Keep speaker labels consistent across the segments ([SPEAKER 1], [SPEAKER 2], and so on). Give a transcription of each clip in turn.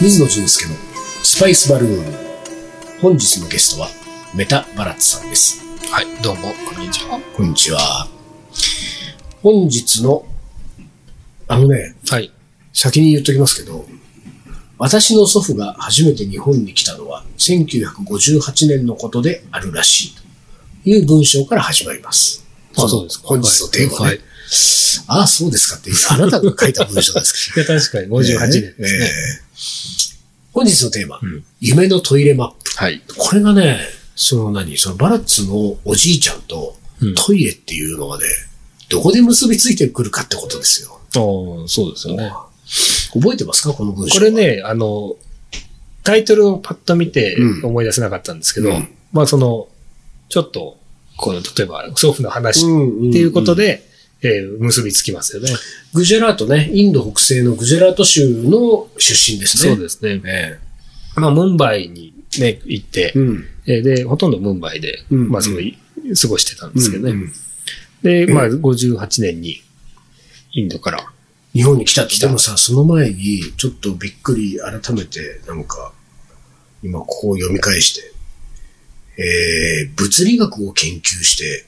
[SPEAKER 1] 水野俊介のスパイスバルーン。本日のゲストは、メタバラッツさんです。
[SPEAKER 2] はい、どうも、こんにちは。
[SPEAKER 1] こんにちは。本日の、あのね、
[SPEAKER 2] はい。
[SPEAKER 1] 先に言っときますけど、私の祖父が初めて日本に来たのは1958年のことであるらしいという文章から始まります。本日のテーマね。
[SPEAKER 2] はい。い
[SPEAKER 1] ああ、そうですかって、あなたが書いた文章です けど。
[SPEAKER 2] や、確かに、58年ですね。
[SPEAKER 1] ええ本日のテーマ、
[SPEAKER 2] ん
[SPEAKER 1] 夢のトイレマップ。
[SPEAKER 2] はい。
[SPEAKER 1] これがね、その何、そのバラッツのおじいちゃんと
[SPEAKER 2] うん
[SPEAKER 1] トイレっていうのがね、どこで結びついてくるかってことですよ。
[SPEAKER 2] おーそうですよね。
[SPEAKER 1] 覚えてますかこの文章。
[SPEAKER 2] これ、ね、あの、タイトルをパッと見て
[SPEAKER 1] うん
[SPEAKER 2] 思い出せなかったんですけど、
[SPEAKER 1] うん
[SPEAKER 2] まあ、その、ちょっと、この、例えば、祖父の話っ
[SPEAKER 1] んんん
[SPEAKER 2] ていうこと、で、えー結びつきますよね。
[SPEAKER 1] グジェラートね、インド北西のグジェラート州の出身ですね。
[SPEAKER 2] そうですね。
[SPEAKER 1] ね。
[SPEAKER 2] まあ、ムンバイにね、行って、
[SPEAKER 1] うん。
[SPEAKER 2] えーで、ほとんどムンバイで、
[SPEAKER 1] うん
[SPEAKER 2] まあ、その、過ごしてたんですけどね。
[SPEAKER 1] うんうん
[SPEAKER 2] で、まあ、58年に、インドから、
[SPEAKER 1] 日本に来たって。でもさ、その前に、ちょっとびっくり、改めて、なんか、今ここを読み返して、えー、物理学を研究して、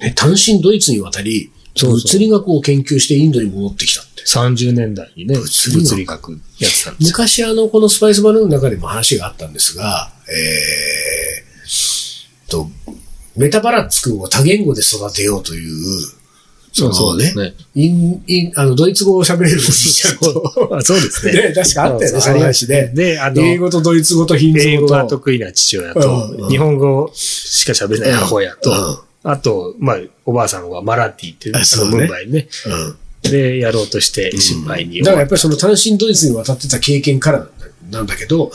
[SPEAKER 1] ね、単身ドイツに渡り、
[SPEAKER 2] そうそう
[SPEAKER 1] 物理学を研究してインドに戻ってきたって。
[SPEAKER 2] 30年代にね、
[SPEAKER 1] 物理学
[SPEAKER 2] 物理学やってたんですよ。
[SPEAKER 1] 昔あの、このスパイスバルーンの中でも話があったんですが、えー、と、メタバラッツ君を多言語で育てようという、
[SPEAKER 2] そうですね。
[SPEAKER 1] イン、イン、あの、ドイツ語を喋れるおじいちゃんと、
[SPEAKER 2] あそうですね。
[SPEAKER 1] ね、確かあったよ
[SPEAKER 2] そ
[SPEAKER 1] ね、そ
[SPEAKER 2] うそう
[SPEAKER 1] の話
[SPEAKER 2] ありま
[SPEAKER 1] で
[SPEAKER 2] し。たで、あの、
[SPEAKER 1] 英語とドイツ語とヒンズ
[SPEAKER 2] 英語
[SPEAKER 1] ー
[SPEAKER 2] が
[SPEAKER 1] 語と。
[SPEAKER 2] 得意な父親
[SPEAKER 1] うんう
[SPEAKER 2] と、
[SPEAKER 1] ん
[SPEAKER 2] 日本語しか喋れない母親と
[SPEAKER 1] うんうん、
[SPEAKER 2] あと、まあ、おばあさんはマラティっていう、
[SPEAKER 1] あ
[SPEAKER 2] あ
[SPEAKER 1] そう
[SPEAKER 2] の、
[SPEAKER 1] ね
[SPEAKER 2] ムンバイね。
[SPEAKER 1] うん
[SPEAKER 2] で、やろうとして失敗に。
[SPEAKER 1] だからやっぱりその単身ドイツに渡ってた経験からなんだなんだけど、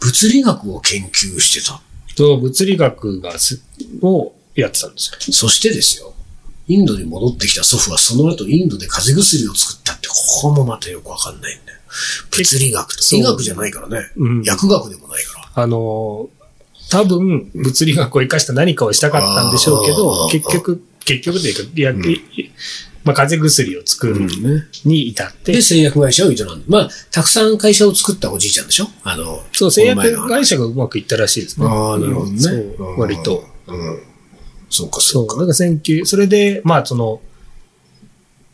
[SPEAKER 1] 物理学を研究してた。
[SPEAKER 2] その物理学がす、をやってたんですよ。
[SPEAKER 1] そしてですよ、インドに戻ってきた祖父はその後インドで風邪薬を作ったって、ここもまたよくわかんないんだよ。物理学と。
[SPEAKER 2] そう
[SPEAKER 1] 医学じゃないからね。
[SPEAKER 2] うん
[SPEAKER 1] 薬学でもないから。
[SPEAKER 2] あの、多分、物理学を生かした何かをしたかったんでしょうけ
[SPEAKER 1] あ
[SPEAKER 2] ど、
[SPEAKER 1] ー
[SPEAKER 2] 結局、結局というか、いや、まあ、風邪薬を作る
[SPEAKER 1] ね。
[SPEAKER 2] に至って、
[SPEAKER 1] で、製薬会社を営んで。まあ、たくさん会社を作ったおじいちゃんでしょあの、
[SPEAKER 2] そう、製
[SPEAKER 1] この前
[SPEAKER 2] 薬
[SPEAKER 1] の
[SPEAKER 2] 会社がうまくいったらしいですね。
[SPEAKER 1] ああ、なるほどね。
[SPEAKER 2] そう割と。
[SPEAKER 1] うん。うん。そうか、そ
[SPEAKER 2] そうう、
[SPEAKER 1] か。
[SPEAKER 2] なんか千九それで、まあ、その、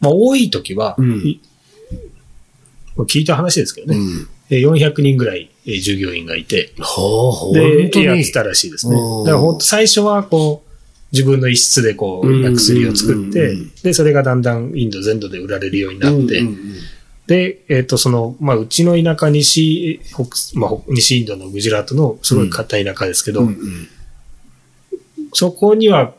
[SPEAKER 2] まあ、多い時は、
[SPEAKER 1] うん
[SPEAKER 2] いこれ聞いた話ですけど
[SPEAKER 1] う
[SPEAKER 2] ね、
[SPEAKER 1] ん。
[SPEAKER 2] えー400人ぐらいえー従業員がいて、
[SPEAKER 1] ほうほう。本当
[SPEAKER 2] で、
[SPEAKER 1] に。
[SPEAKER 2] やってたらしいですね。
[SPEAKER 1] うん
[SPEAKER 2] だから本当最初はこう、自分の一室でこ
[SPEAKER 1] うん
[SPEAKER 2] う、薬を作っ
[SPEAKER 1] う
[SPEAKER 2] て
[SPEAKER 1] ん、
[SPEAKER 2] で、それがだんだんインド全土で売られるようにな
[SPEAKER 1] うん
[SPEAKER 2] っ
[SPEAKER 1] うんう
[SPEAKER 2] て、
[SPEAKER 1] ん
[SPEAKER 2] で、えっ、と、その、まあ、うちの田舎西、北、まあ、北西インドのグジュラートのすごい硬い田舎ですけど、
[SPEAKER 1] うんうん
[SPEAKER 2] そこには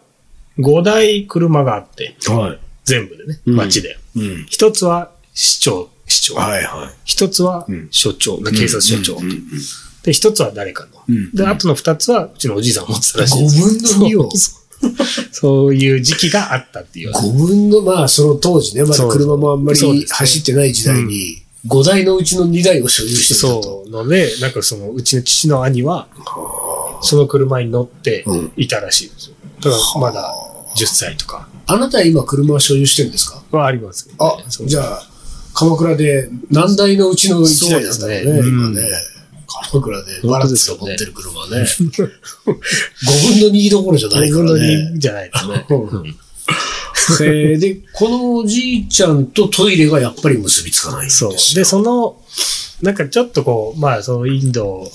[SPEAKER 2] 5台車があって、
[SPEAKER 1] はい。
[SPEAKER 2] 全部でね、
[SPEAKER 1] うん
[SPEAKER 2] 街で。
[SPEAKER 1] うん。
[SPEAKER 2] 一つは市長、市長。
[SPEAKER 1] はいは
[SPEAKER 2] 一つは
[SPEAKER 1] うん
[SPEAKER 2] 所長、
[SPEAKER 1] い。
[SPEAKER 2] 警察署長。
[SPEAKER 1] うんうんうん
[SPEAKER 2] で、一つは誰かの。
[SPEAKER 1] うん
[SPEAKER 2] で、あとの二つは、うちのおじいさんが持ってたらしいで
[SPEAKER 1] 5
[SPEAKER 2] す。
[SPEAKER 1] 分の2を。
[SPEAKER 2] そういう時期があったっていう。
[SPEAKER 1] 5分の、まあ、その当時ね、まだ
[SPEAKER 2] そう
[SPEAKER 1] 車もあんま
[SPEAKER 2] そう
[SPEAKER 1] り
[SPEAKER 2] ですね
[SPEAKER 1] 走ってない時代に、5台のうちの2台を所有してたと。
[SPEAKER 2] そう。ので、なんかその、うちの父の兄は、
[SPEAKER 1] は
[SPEAKER 2] その車に乗って
[SPEAKER 1] うん
[SPEAKER 2] いたらしいですよ。だから、まだ10歳とか
[SPEAKER 1] ああなた今車を所有してるんですか
[SPEAKER 2] はありますけど
[SPEAKER 1] あ
[SPEAKER 2] ね、そう
[SPEAKER 1] じゃあ、鎌倉で何台のうちの1台だったのね、
[SPEAKER 2] そうですね
[SPEAKER 1] 今ね
[SPEAKER 2] うん。
[SPEAKER 1] 鎌倉でバラ
[SPEAKER 2] 本当
[SPEAKER 1] ッ
[SPEAKER 2] で
[SPEAKER 1] ツ
[SPEAKER 2] す
[SPEAKER 1] が
[SPEAKER 2] よね
[SPEAKER 1] 持ってる車はね。5分の2どころじゃない
[SPEAKER 2] 5
[SPEAKER 1] か
[SPEAKER 2] 分
[SPEAKER 1] ら
[SPEAKER 2] の
[SPEAKER 1] ね。
[SPEAKER 2] 2じゃないです ね。
[SPEAKER 1] うんえーで、このおじいちゃんとトイレがやっぱり結びつかないんです
[SPEAKER 2] そ
[SPEAKER 1] よ。
[SPEAKER 2] う。で、その、なんかちょっとこう、まあ、そのインド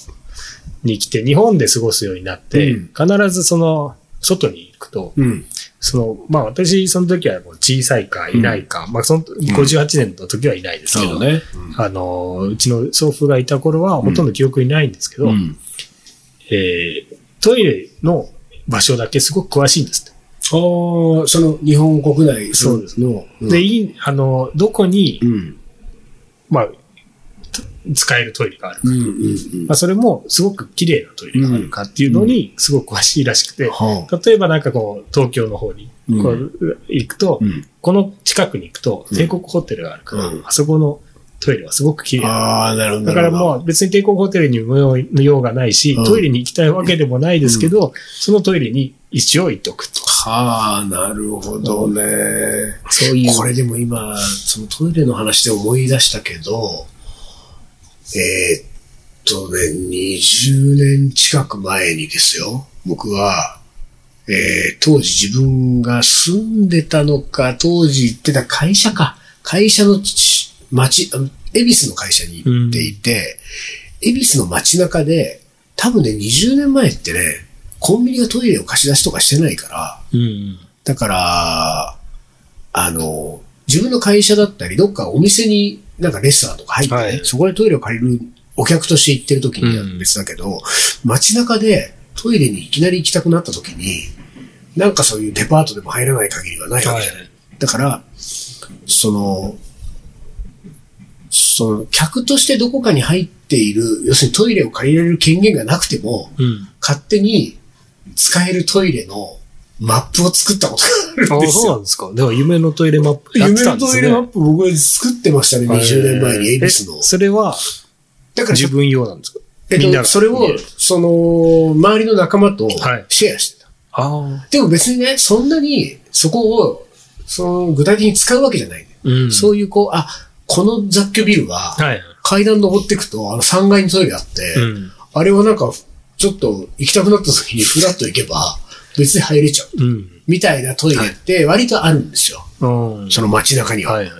[SPEAKER 2] に来て、日本で過ごすようになって、
[SPEAKER 1] うん
[SPEAKER 2] 必ずその、外に行くと、
[SPEAKER 1] うん。
[SPEAKER 2] その、まあ私、その時はもう小さいかいないか、まあその、58年の時はいないですけど、ね、
[SPEAKER 1] ね。
[SPEAKER 2] あの、うちの祖父がいた頃はほとんど記憶にないんですけど、
[SPEAKER 1] うん。
[SPEAKER 2] えートイレの場所だけすごく詳しいんですって。
[SPEAKER 1] あーその日本国内
[SPEAKER 2] そうです
[SPEAKER 1] の。
[SPEAKER 2] で、いい、あの、どこに
[SPEAKER 1] う、ん。
[SPEAKER 2] まあ、使えるトイレがあるか
[SPEAKER 1] うん。うん。うん
[SPEAKER 2] まあ、それもすごく綺麗なトイレがあるかっていうのにすごく詳しいらしくて、
[SPEAKER 1] はあ
[SPEAKER 2] 例えばなんかこう、東京の方にこう行くと、
[SPEAKER 1] うん
[SPEAKER 2] この近くに行くと
[SPEAKER 1] うん
[SPEAKER 2] 帝国ホテルがあるから、
[SPEAKER 1] うん
[SPEAKER 2] あそこのトイレはすごく綺麗だ。
[SPEAKER 1] ああ、なるほど。
[SPEAKER 2] だから
[SPEAKER 1] う、
[SPEAKER 2] もう別に帝国ホテルに無用無用がないし
[SPEAKER 1] うん、
[SPEAKER 2] トイレに行きたいわけでもないですけど、そのトイレに一応行っとくと。
[SPEAKER 1] はあ、なるほどね。
[SPEAKER 2] そういう。
[SPEAKER 1] これでも今、そのトイレの話で思い出したけど、えーっとね、20年近く前にですよ、僕は、えー当時自分が住んでたのか、当時行ってた会社か、会社のち町、あの恵比寿の会社に行っていて、恵比寿の街中で、多分ね、20年前ってね、コンビニがトイレを貸し出しとかしてないから、
[SPEAKER 2] うん。
[SPEAKER 1] だから、あの、自分の会社だったり、どっかお店になんかレストランとか入って、ね
[SPEAKER 2] はい
[SPEAKER 1] そこでトイレを借りるお客として行ってる時には
[SPEAKER 2] うん
[SPEAKER 1] 別だけど、街中でトイレにいきなり行きたくなった時に、なんかそういうデパートでも入らない限りはないわけじゃない。
[SPEAKER 2] はい
[SPEAKER 1] だから、その、その、客としてどこかに入っている、要するにトイレを借りられる権限がなくても、
[SPEAKER 2] うん。
[SPEAKER 1] 勝手に使えるトイレのマップを作ったことがあるん
[SPEAKER 2] あ
[SPEAKER 1] です
[SPEAKER 2] そうな
[SPEAKER 1] よ。
[SPEAKER 2] んですか。では、夢のトイレマップやっ
[SPEAKER 1] 夢
[SPEAKER 2] てた
[SPEAKER 1] の
[SPEAKER 2] んで
[SPEAKER 1] ト
[SPEAKER 2] す
[SPEAKER 1] イ
[SPEAKER 2] ね。
[SPEAKER 1] レマップ僕は作ってましたね、20年前に恵比寿の
[SPEAKER 2] え。それは、
[SPEAKER 1] だから
[SPEAKER 2] 自、分用なんですか
[SPEAKER 1] え
[SPEAKER 2] みん
[SPEAKER 1] っと、
[SPEAKER 2] なが
[SPEAKER 1] それを、その、周りの仲間と
[SPEAKER 2] はい
[SPEAKER 1] シェアしてた。
[SPEAKER 2] ああ。
[SPEAKER 1] でも別にね、そんなに、そこを、その、具体的に使うわけじゃない、
[SPEAKER 2] うん。
[SPEAKER 1] そういう、こう、あ、この雑居ビルは、
[SPEAKER 2] はい。
[SPEAKER 1] 階段登っていくと、あの、3階にトイレあって、
[SPEAKER 2] うん。
[SPEAKER 1] あれはなんか、ちょっと行きたくなった時にフラッと行けば、別に入れちゃう。
[SPEAKER 2] うん。
[SPEAKER 1] みたいなトイレって割とあるんですよ。
[SPEAKER 2] うん。
[SPEAKER 1] その街中には。
[SPEAKER 2] はいはい。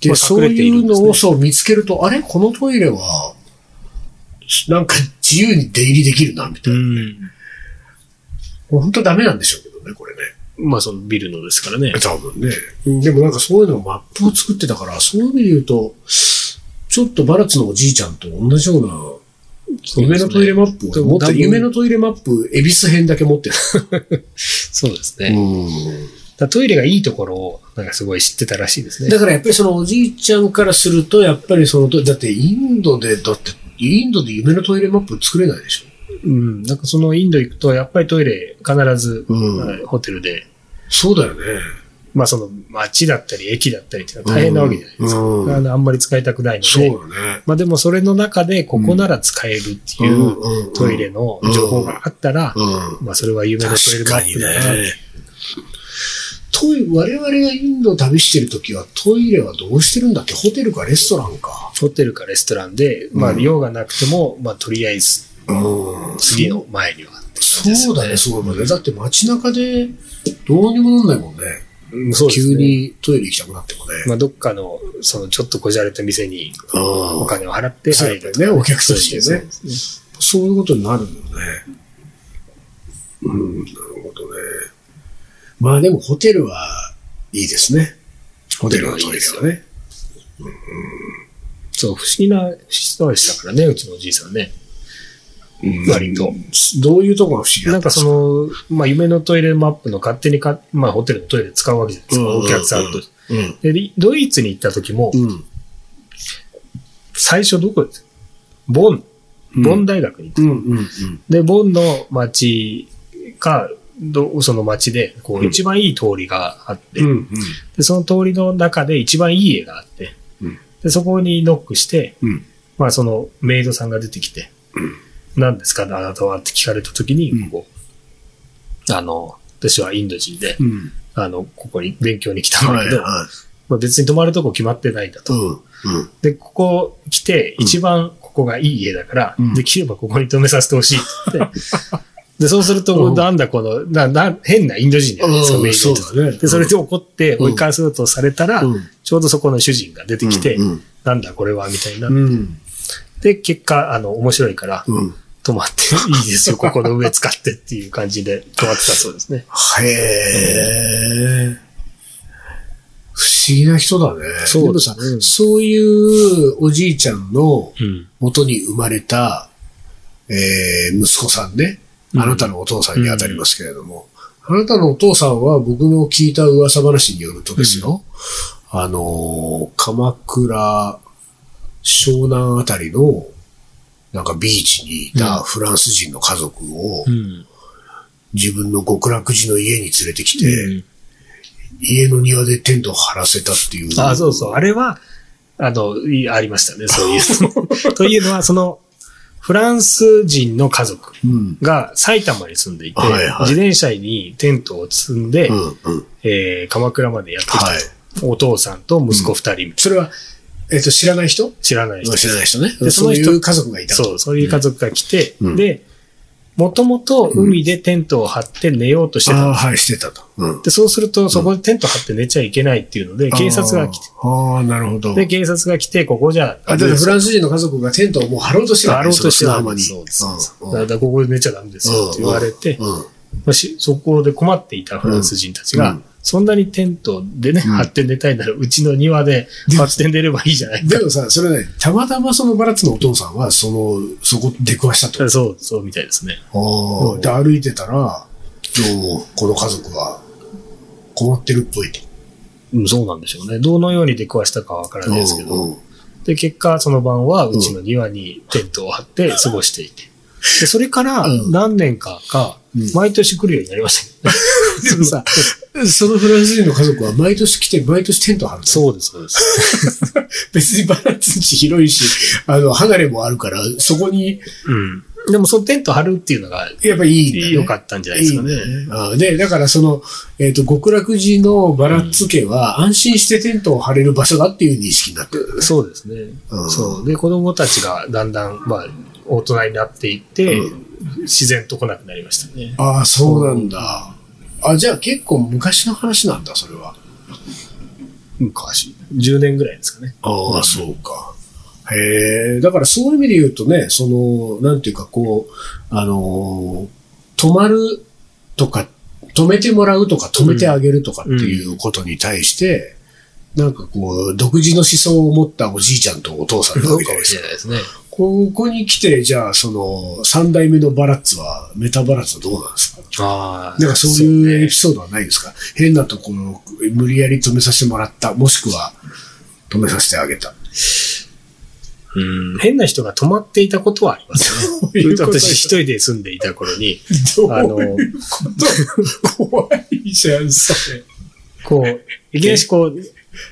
[SPEAKER 1] で、
[SPEAKER 2] まあ
[SPEAKER 1] そう
[SPEAKER 2] 隠れてい
[SPEAKER 1] い
[SPEAKER 2] る
[SPEAKER 1] うん
[SPEAKER 2] です
[SPEAKER 1] の
[SPEAKER 2] ね
[SPEAKER 1] をそう見つけると、あれこのトイレは、なんか自由に出入りできるな、みた
[SPEAKER 2] う
[SPEAKER 1] いな。
[SPEAKER 2] ん。
[SPEAKER 1] もう本当ダメなんでしょうけどね、これね。
[SPEAKER 2] まあ、そのビルのですからね。
[SPEAKER 1] 多分ね。うんでもなんかそういうのをマップを作ってたから、そういう意味で言うと、ちょっとバラッツのおじいちゃんと同じような、夢のトイレマップを持っ
[SPEAKER 2] 多
[SPEAKER 1] て、
[SPEAKER 2] 分
[SPEAKER 1] 夢のトイレマップ、恵比寿編だけ持ってる。
[SPEAKER 2] そうですね。
[SPEAKER 1] うん
[SPEAKER 2] だからトイレがいいところを、なんかすごい知ってたらしいですね
[SPEAKER 1] だ。からやっぱりそのおじいちゃんからすると、やっぱりそのと、だってインドで、だって、インドで夢のトイレマップ作れないでし
[SPEAKER 2] うん。なんかそのインド行くと、やっぱりトイレ必ず、
[SPEAKER 1] ょ。うん
[SPEAKER 2] はいホテルで、
[SPEAKER 1] そうだよね。
[SPEAKER 2] まあその街だったり駅だったりっていうのは大変なわけじゃないですか。
[SPEAKER 1] うん
[SPEAKER 2] あのあんまり使いたくないので。
[SPEAKER 1] そうだね。
[SPEAKER 2] まあでもそれの中で、ここなら使えるっていう
[SPEAKER 1] うん
[SPEAKER 2] トイレ。の情報があったら、
[SPEAKER 1] うん。
[SPEAKER 2] まあそれは夢のトイレ
[SPEAKER 1] 確
[SPEAKER 2] マ
[SPEAKER 1] か
[SPEAKER 2] ッ
[SPEAKER 1] に
[SPEAKER 2] プ
[SPEAKER 1] ね
[SPEAKER 2] だな。。
[SPEAKER 1] トイ我々がインドを旅してるときはトイレはどうしてるんだっけホテルかレストランか。
[SPEAKER 2] ホテルかレストランで、まあ
[SPEAKER 1] うん
[SPEAKER 2] 用がなくても、まあとりあえず
[SPEAKER 1] うん
[SPEAKER 2] 次の前には。
[SPEAKER 1] そうだね、そうだね。だって街中でどうにもなんないもんね。
[SPEAKER 2] そうですね
[SPEAKER 1] 急にトイレ行きたくなってもね。
[SPEAKER 2] まあどっかの、そのちょっとこじゃれた店に
[SPEAKER 1] うん
[SPEAKER 2] お金を払って入るとか
[SPEAKER 1] そうだよねお客としてね
[SPEAKER 2] そうですね。
[SPEAKER 1] そういうことになるんだよね。うん、なるほどね。まあでもホテルはいいですね。ホテルのトイレはね。
[SPEAKER 2] そう、不思議な人でしたからね、うちのおじいさんね。
[SPEAKER 1] うん
[SPEAKER 2] 割と。
[SPEAKER 1] どういうところが不思議
[SPEAKER 2] な
[SPEAKER 1] だ
[SPEAKER 2] ん
[SPEAKER 1] ったで
[SPEAKER 2] か
[SPEAKER 1] す
[SPEAKER 2] その、まあ、夢のトイレマップの勝手にか、まあ、ホテルのトイレ使うわけじゃないですか、お客さんと。
[SPEAKER 1] うん。
[SPEAKER 2] で、リドイツに行った時も、
[SPEAKER 1] うん。
[SPEAKER 2] 最初どこですボン、ボン大学に行った。
[SPEAKER 1] うん。うん。うん。
[SPEAKER 2] で、ボンの街か、どその街で、こ
[SPEAKER 1] う
[SPEAKER 2] う、
[SPEAKER 1] ん
[SPEAKER 2] 一番いい通りがあって、
[SPEAKER 1] うん。
[SPEAKER 2] で、その通りの中で一番いい家があって、
[SPEAKER 1] うん
[SPEAKER 2] で、そこにノックして、
[SPEAKER 1] うん。
[SPEAKER 2] まあ、そのメイドさんが出てきて、
[SPEAKER 1] うん
[SPEAKER 2] 何ですかあなたはって聞かれた時に、
[SPEAKER 1] うん
[SPEAKER 2] こう、あの、私はインド人で、
[SPEAKER 1] うん。
[SPEAKER 2] あの、ここに勉強に来たん
[SPEAKER 1] は
[SPEAKER 2] だ
[SPEAKER 1] い。
[SPEAKER 2] けど、
[SPEAKER 1] は
[SPEAKER 2] まあ、別に泊まるとこ決まってないんだ
[SPEAKER 1] い。う
[SPEAKER 2] と。
[SPEAKER 1] ん。うん。
[SPEAKER 2] で、ここ来て、
[SPEAKER 1] うん
[SPEAKER 2] 一番ここがいい家だから、
[SPEAKER 1] うん
[SPEAKER 2] できればここに泊めさせてほしいっ て言って、で、そうすると、
[SPEAKER 1] うん
[SPEAKER 2] なんだこの、な、な、変なインド人じゃないですか、メイドと
[SPEAKER 1] そうだね。
[SPEAKER 2] で、それで
[SPEAKER 1] も
[SPEAKER 2] 怒って追い返そうとされたら、ちょうどそこの主人が出てきて、
[SPEAKER 1] うん。
[SPEAKER 2] なんだこれは、みたいな
[SPEAKER 1] う。ん。
[SPEAKER 2] で、結果、あの、面白いから、
[SPEAKER 1] うん。
[SPEAKER 2] 泊まっていいですよ、ここの上使ってっていう感じで泊まってたそう ですね。
[SPEAKER 1] へえ。不思議な人だね。
[SPEAKER 2] そう
[SPEAKER 1] でもさ
[SPEAKER 2] うん
[SPEAKER 1] そういうおじいちゃんの
[SPEAKER 2] うん。
[SPEAKER 1] 元に生まれた、えー、息子さんね。
[SPEAKER 2] うん
[SPEAKER 1] あなたのお父さんにあたりますけれども、あなたのお父さんは僕の聞いた噂話によるとですよ、あのー、鎌倉、湘南あたりの、なんかビーチにいたフランス人の家族を
[SPEAKER 2] うん。
[SPEAKER 1] 自分の極楽寺の家に連れてきて、
[SPEAKER 2] うん
[SPEAKER 1] 家の庭でテントを張らせたっていう。
[SPEAKER 2] あ、そうそう。あれは、あの、いありましたね、そういうの。というのは、その、フランス人の家族
[SPEAKER 1] うん。
[SPEAKER 2] が埼玉に住んでいて、
[SPEAKER 1] はいはい
[SPEAKER 2] 自転車にテントを積んで、
[SPEAKER 1] うん。うん。
[SPEAKER 2] えー鎌倉までやってきたと、
[SPEAKER 1] はい。
[SPEAKER 2] お父さんと息子二人、
[SPEAKER 1] それは、えっ、と、知らない人
[SPEAKER 2] 知らない人
[SPEAKER 1] 知らない人ね。
[SPEAKER 2] でそ
[SPEAKER 1] そ
[SPEAKER 2] の
[SPEAKER 1] う
[SPEAKER 2] 人
[SPEAKER 1] いう家族がいたと。
[SPEAKER 2] そう、そういう家族が来て、
[SPEAKER 1] うん
[SPEAKER 2] で、もともと海でテントを張って寝ようとしてた
[SPEAKER 1] あ
[SPEAKER 2] の
[SPEAKER 1] あ、はい、してたと。うん。
[SPEAKER 2] で、そうすると、そこでテント張って寝ちゃいけないっていうので、警察が来て、。
[SPEAKER 1] ああ、なるほど。
[SPEAKER 2] で、警察が来て、ここじゃ、
[SPEAKER 1] あ、だからフランス人の家族がテントをもう張ろうとしてた
[SPEAKER 2] あろうとして
[SPEAKER 1] た。
[SPEAKER 2] た
[SPEAKER 1] その砂浜に。
[SPEAKER 2] そうです。
[SPEAKER 1] うん
[SPEAKER 2] だからここで寝ちゃダメですよって言われて、
[SPEAKER 1] うんうん
[SPEAKER 2] まあしそこで困っていたフランス人たちが、
[SPEAKER 1] うん
[SPEAKER 2] そんなにテントでね、
[SPEAKER 1] うん
[SPEAKER 2] 張って寝たいなら、うちの庭 で張って寝ればいいじゃない
[SPEAKER 1] でもさ、それね、たまたまそのバラッツのお父さんは、その、そこ出くわしたと。
[SPEAKER 2] か。そう、そうみたいですね。
[SPEAKER 1] あ
[SPEAKER 2] うん
[SPEAKER 1] あ。で、歩いてたら、どうも、この家族は困ってるっぽいと。
[SPEAKER 2] うん、そうなんでしょうね。どのように出くわしたかはわからないですけど、
[SPEAKER 1] うんうん
[SPEAKER 2] で、結果、その晩はうちの庭にテントを張って過ごしていて。で、それから
[SPEAKER 1] うん
[SPEAKER 2] 何年かか
[SPEAKER 1] うん、
[SPEAKER 2] 毎年来るようになりました、
[SPEAKER 1] でもさ、そのフランス人の家族は毎年来て、毎年テント張るの。
[SPEAKER 2] そうです、そうです。
[SPEAKER 1] 別にバランス地広いし、あの、離れもあるから、そこに、
[SPEAKER 2] うん。でも、そのテント張るっていうのが
[SPEAKER 1] やっぱいいんだ、ね。
[SPEAKER 2] 良かったんじゃないですかね。
[SPEAKER 1] いいねあで、だからその、えっ、と、極楽寺のバラッツ家は、安心してテントを張れる場所だっていう認識になってる。
[SPEAKER 2] そうですね、
[SPEAKER 1] うん
[SPEAKER 2] そう。で、子供たちがだんだん、まあ、大人になっていって、
[SPEAKER 1] う
[SPEAKER 2] 自然と来なくなりましたね。
[SPEAKER 1] ああ、そうなんだ。あ、じゃあ結構昔の話なんだ、それは。
[SPEAKER 2] 昔。10年ぐらいですかね。
[SPEAKER 1] ああ、そうか。へえ、だからそういう意味で言うとね、その、なんていうかこう、あのー、止まるとか、止めてもらうとか、止めてあげるとかっていうことに対して、なんかこう、独自の思想を持ったおじいちゃんとお父さんなわけじゃないですか。
[SPEAKER 2] ないですね。
[SPEAKER 1] ここに来て、じゃあ、その、三代目のバラッツは、メタバラッツはどうなんですか
[SPEAKER 2] ああ。
[SPEAKER 1] なんかそういうエ
[SPEAKER 2] ね
[SPEAKER 1] ピソードはないですか、変なところを無理やり止めさせてもらった、もしくは止めさせてあげた。
[SPEAKER 2] うん変な人が泊まっていたことはありますね。
[SPEAKER 1] ういうこと
[SPEAKER 2] 私一人で住んでいた頃に、
[SPEAKER 1] ど
[SPEAKER 2] あの
[SPEAKER 1] う、いうこと怖いじゃん、それ。
[SPEAKER 2] こう、いきなりこう、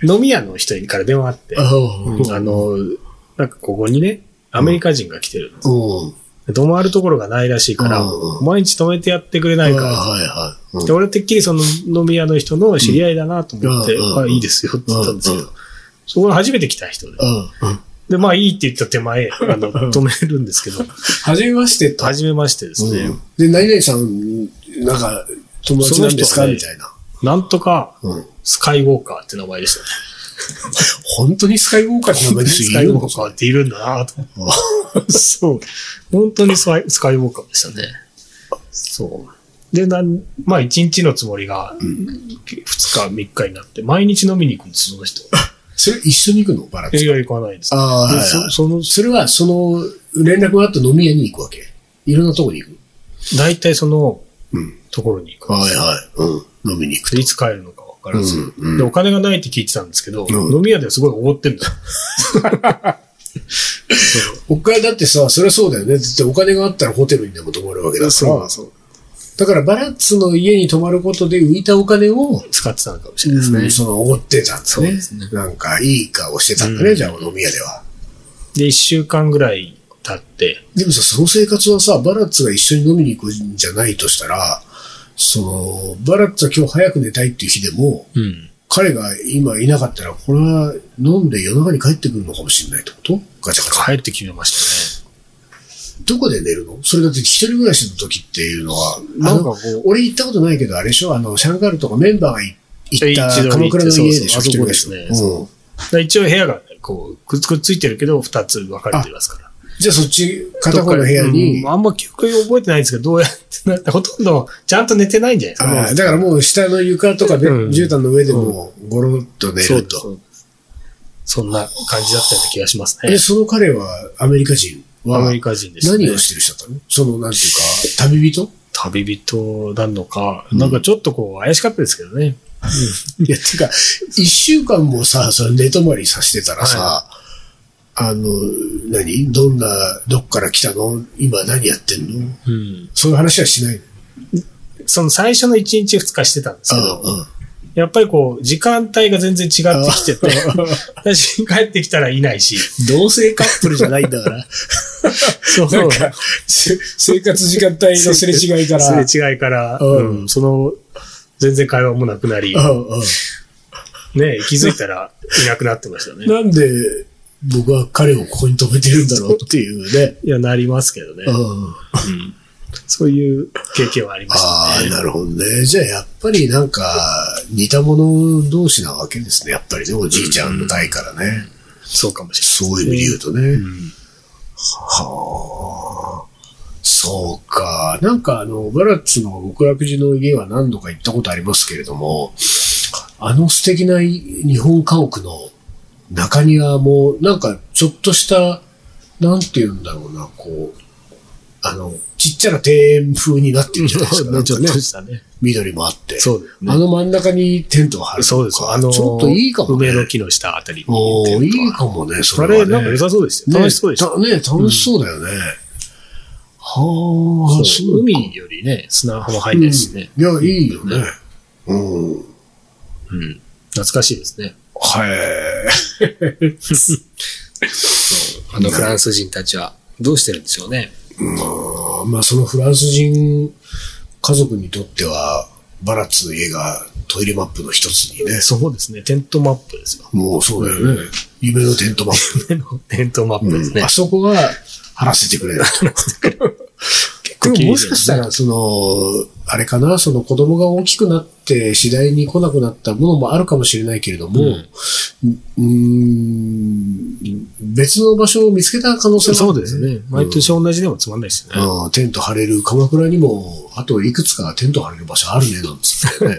[SPEAKER 2] 飲み屋の人から電話あって、うんあの、なんかここにね、アメリカ人が来てる。
[SPEAKER 1] うん。
[SPEAKER 2] 泊まるところがないらしいから
[SPEAKER 1] う、ん
[SPEAKER 2] 毎日泊めてやってくれないか
[SPEAKER 1] はいはい
[SPEAKER 2] ら。
[SPEAKER 1] はい
[SPEAKER 2] で、俺てっきりその飲み屋の人の知り合いだなと思って、
[SPEAKER 1] うん
[SPEAKER 2] あ、いいですよって言ったんですけ
[SPEAKER 1] うん
[SPEAKER 2] ど、そこが初めて来た人で。
[SPEAKER 1] うん。うん。
[SPEAKER 2] で、まあいいって言った手前、 あの、止めるんですけど、
[SPEAKER 1] はじめましてと。
[SPEAKER 2] 初めましてですね、
[SPEAKER 1] で、何々さん、なんか、友達なんですか、
[SPEAKER 2] その
[SPEAKER 1] み
[SPEAKER 2] 人
[SPEAKER 1] たいな。
[SPEAKER 2] なんとか、
[SPEAKER 1] うん。
[SPEAKER 2] スカイウォーカーって名前でしたね。
[SPEAKER 1] 本当にスカイウォーカーって名前です
[SPEAKER 2] スカイウォーカーっているんだなと思って。 そう。本当にスカイスカイウォーカーでしたね。そう。で、なんまあ、一日のつもりが、二日、三日になって、毎日飲みに行くんです、その 人。
[SPEAKER 1] それ一緒に行くのバラッツ
[SPEAKER 2] いや、行かないです。で
[SPEAKER 1] ああ、
[SPEAKER 2] そその、
[SPEAKER 1] それは、その、連絡があった飲み屋に行くわけ。いろんなとこに行く。
[SPEAKER 2] 大体その
[SPEAKER 1] うん。
[SPEAKER 2] ところに行くんで
[SPEAKER 1] はいはい。うん。飲みに行く
[SPEAKER 2] す。でいつ帰るのか分からず、
[SPEAKER 1] うんうん
[SPEAKER 2] で、お金がないって聞いてたんですけど、
[SPEAKER 1] うん
[SPEAKER 2] 飲み屋ではすごいおごってん だよ。
[SPEAKER 1] お金だってさ、そりゃそうだよね。だってお金があったらホテルにでも泊まるわけだから。
[SPEAKER 2] そう。
[SPEAKER 1] だからバラッツの家に泊まることで浮いたお金を、
[SPEAKER 2] 使ってたのかもしれないですね。
[SPEAKER 1] うんその、おごってたんです
[SPEAKER 2] そう
[SPEAKER 1] ね。
[SPEAKER 2] ですね
[SPEAKER 1] なんか、いい顔してたんだね、
[SPEAKER 2] うん
[SPEAKER 1] じゃあ、飲み屋では。
[SPEAKER 2] で、一週間ぐらい経って、
[SPEAKER 1] でもさ、その生活はさ、バラッツが一緒に飲みに行くんじゃないとしたら、その、バラッツは今日早く寝たいっていう日でも、
[SPEAKER 2] うん。
[SPEAKER 1] 彼が今いなかったら、これは飲んで夜中に帰ってくるのかもしれないってことガチャガチャ。
[SPEAKER 2] 帰って決めました
[SPEAKER 1] どこで寝るのそれだって一人暮らしの時っていうのは、
[SPEAKER 2] なんかこう
[SPEAKER 1] あの俺行ったことないけど、あれでしょあの、シャンガールとかメンバーがい行った
[SPEAKER 2] 一度行って
[SPEAKER 1] 鎌倉の家でしょ
[SPEAKER 2] そうそう
[SPEAKER 1] 一人暮らしの
[SPEAKER 2] あそこですね
[SPEAKER 1] うん
[SPEAKER 2] ね。で一応部屋がこうくっくっついてるけど、二つ分かれていますから。
[SPEAKER 1] じゃあそっち、片方の部屋
[SPEAKER 2] う
[SPEAKER 1] に
[SPEAKER 2] ん、あんま記憶覚えてないんですけど、どうやってなって、ほとんどちゃんと寝てないんじゃ
[SPEAKER 1] あ
[SPEAKER 2] ない
[SPEAKER 1] ー
[SPEAKER 2] ですか。
[SPEAKER 1] だからもう下の床とかで、
[SPEAKER 2] うん
[SPEAKER 1] 絨毯の上でもうゴロッと寝
[SPEAKER 2] そう
[SPEAKER 1] る
[SPEAKER 2] ですそ
[SPEAKER 1] と。
[SPEAKER 2] うですそんな感じだったような気がします
[SPEAKER 1] え、
[SPEAKER 2] ね。
[SPEAKER 1] その彼はアメリカ人は
[SPEAKER 2] アメリカ人です、ね。
[SPEAKER 1] 何をしてる人だったのその、なんていうか、旅人
[SPEAKER 2] 旅人なのか、なんかちょっとこう怪しかったですけどね。
[SPEAKER 1] いや、てか、一週間もさ、それ寝泊まりさせてたらさ、
[SPEAKER 2] は
[SPEAKER 1] あの、何どんな、どっから来たの今何やってんの
[SPEAKER 2] うん。
[SPEAKER 1] そういう話はしないの
[SPEAKER 2] その最初の1日2日してたんですけど、やっぱりこう、時間帯が全然違ってきてて、私帰ってきたらいないし、
[SPEAKER 1] 同性カップルじゃないんだから。
[SPEAKER 2] そう。
[SPEAKER 1] なんか、せ生活時間帯のすれ違いから。
[SPEAKER 2] す れ違いから、
[SPEAKER 1] うん
[SPEAKER 2] うんその、全然会話もなくなり、
[SPEAKER 1] うんうん
[SPEAKER 2] ね、気づいたらいなくなってました ね。
[SPEAKER 1] なんで僕は彼をここに止めてるんだろうっていうね。
[SPEAKER 2] いや、なりますけどね。
[SPEAKER 1] うん
[SPEAKER 2] うんそういう経験はありました
[SPEAKER 1] あ
[SPEAKER 2] ね。
[SPEAKER 1] あ、なるほどね。じゃあやっぱりなんか似た者同士なわけですね。やっぱりね、おじいちゃんの代からね。
[SPEAKER 2] そうかもし
[SPEAKER 1] そういう意味で言うとね。
[SPEAKER 2] れない。うん
[SPEAKER 1] はあ。そうか。なんかあの、バラッツの極楽寺の家は何度か行ったことありますけれども、あの素敵な日本家屋の中庭も、なんかちょっとした、なんて言うんだろうな、こう、あの、ちっちゃな庭園風になってるじゃないですか。なん
[SPEAKER 2] ちょ
[SPEAKER 1] か
[SPEAKER 2] っと
[SPEAKER 1] ね、
[SPEAKER 2] したね。
[SPEAKER 1] 緑もあって。
[SPEAKER 2] そうです
[SPEAKER 1] あの真ん中にテントを張るとか。
[SPEAKER 2] そうです。あの、
[SPEAKER 1] ちょっといいかもね。
[SPEAKER 2] 梅の木の下あたりに。
[SPEAKER 1] おーいいかもね、そ
[SPEAKER 2] あ
[SPEAKER 1] れは
[SPEAKER 2] れ、
[SPEAKER 1] ね。
[SPEAKER 2] なんか良さそうでしたよ。
[SPEAKER 1] ね
[SPEAKER 2] 楽しそうでした。
[SPEAKER 1] たね楽しそうだよね。はあ、
[SPEAKER 2] そう
[SPEAKER 1] か
[SPEAKER 2] 海よりね、砂浜入んないしね。
[SPEAKER 1] うんいや、いいよね。うん。
[SPEAKER 2] うん。懐かしいですね。
[SPEAKER 1] はい。
[SPEAKER 3] あのフランス人たちはどうしてるんでしょうね。
[SPEAKER 1] まあ、まあ、そのフランス人家族にとっては、バラッツの家がトイレマップの一つにね。
[SPEAKER 2] そうですね。テントマップですよ。
[SPEAKER 1] もうそうだよね。夢のテントマッ
[SPEAKER 2] テントマッ
[SPEAKER 1] プ。
[SPEAKER 2] プです
[SPEAKER 1] うん
[SPEAKER 2] ね
[SPEAKER 1] あ。そこは、貼らせてくれる。
[SPEAKER 2] 結
[SPEAKER 1] こ
[SPEAKER 2] 構
[SPEAKER 1] れ
[SPEAKER 2] 綺麗
[SPEAKER 1] も
[SPEAKER 2] で
[SPEAKER 1] し
[SPEAKER 2] すね
[SPEAKER 1] かしたら、その、あれかな、その子供が大きくなって次第に来なくなったものもあるかもしれないけれども、うーん、別の場所を見つけた可能性も
[SPEAKER 2] そ
[SPEAKER 1] あ
[SPEAKER 2] う
[SPEAKER 1] る
[SPEAKER 2] ですね。毎年同じでもつまんないしね。
[SPEAKER 1] うん、テント張れる鎌倉にも、あといくつかテント張れる場所あるね、なんつってね。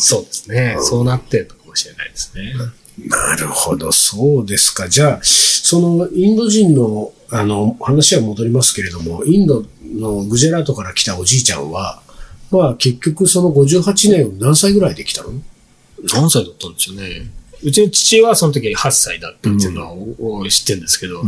[SPEAKER 2] そうですね。そうなってるのかもしれないですね。
[SPEAKER 1] なるほど、そうですか。じゃあ、そのインド人の、あの、話は戻りますけれども、インドのグジェラートから来たおじいちゃんは、まあ結局その58年を何歳ぐらいで来たの
[SPEAKER 2] 何歳だったんでしょうね。うちの父はその時8歳だったっていうのはおお知ってるんですけど、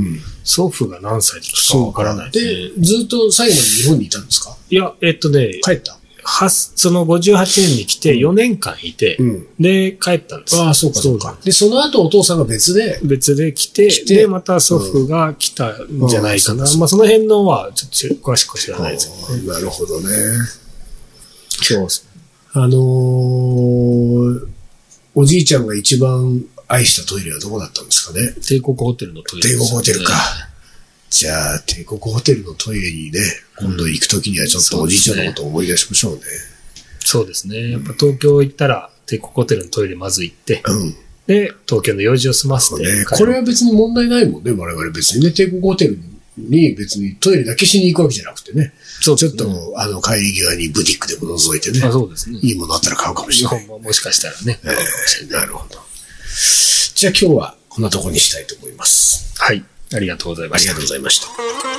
[SPEAKER 2] 祖父が何歳だったかわからない
[SPEAKER 1] で
[SPEAKER 2] ですね、
[SPEAKER 1] ずっと最後に日本にいたんですか
[SPEAKER 2] いや、えっとね、
[SPEAKER 1] 帰った
[SPEAKER 2] はその58年に来て4年間いて、
[SPEAKER 1] ん。
[SPEAKER 2] で、帰ったんです。
[SPEAKER 1] ああ、そうか、そうか。で、その後お父さんが別で、
[SPEAKER 2] 別で来て、
[SPEAKER 1] 来て
[SPEAKER 2] で、また祖父が来たんじゃないかな。
[SPEAKER 1] うんうん
[SPEAKER 2] まあ、その辺のは、ちょっと詳しく知らないです
[SPEAKER 1] ああなるほどね。
[SPEAKER 2] けど。
[SPEAKER 1] あのーおじいちゃんが一番愛したトイレはどこだったんですかね
[SPEAKER 2] 帝国ホテルのトイレ
[SPEAKER 1] 帝
[SPEAKER 2] ですよね、
[SPEAKER 1] 国ホテルか。じゃあ、帝国ホテルのトイレにね、今度行くときにはちょっとおじいちゃんのことを思い出しましょうね。
[SPEAKER 2] そうですね。やっぱ東京行ったら、帝国ホテルのトイレまず行って、
[SPEAKER 1] うん。
[SPEAKER 2] で、東京の用事を済ませ
[SPEAKER 1] そう
[SPEAKER 2] て、
[SPEAKER 1] ね。これは別に問題ないもんね、我々別にね。帝国ホテルに別にトイレだけしに行くわけじゃなくてね。
[SPEAKER 2] そう
[SPEAKER 1] ち
[SPEAKER 2] で
[SPEAKER 1] ょっ
[SPEAKER 2] すね
[SPEAKER 1] と、あの、帰り際にブティックでも覗いてね
[SPEAKER 2] あ、。そうですね。
[SPEAKER 1] いいものあったら買うかもし
[SPEAKER 2] 日
[SPEAKER 1] れない。
[SPEAKER 2] 本ももしかしたらね。
[SPEAKER 1] えーなるほど。じゃあ今日はこんなとこにしたいと思います。
[SPEAKER 2] はい。ありがとうござい
[SPEAKER 1] あ
[SPEAKER 2] ま
[SPEAKER 1] り
[SPEAKER 2] し
[SPEAKER 1] が
[SPEAKER 2] た
[SPEAKER 1] とう。ございました。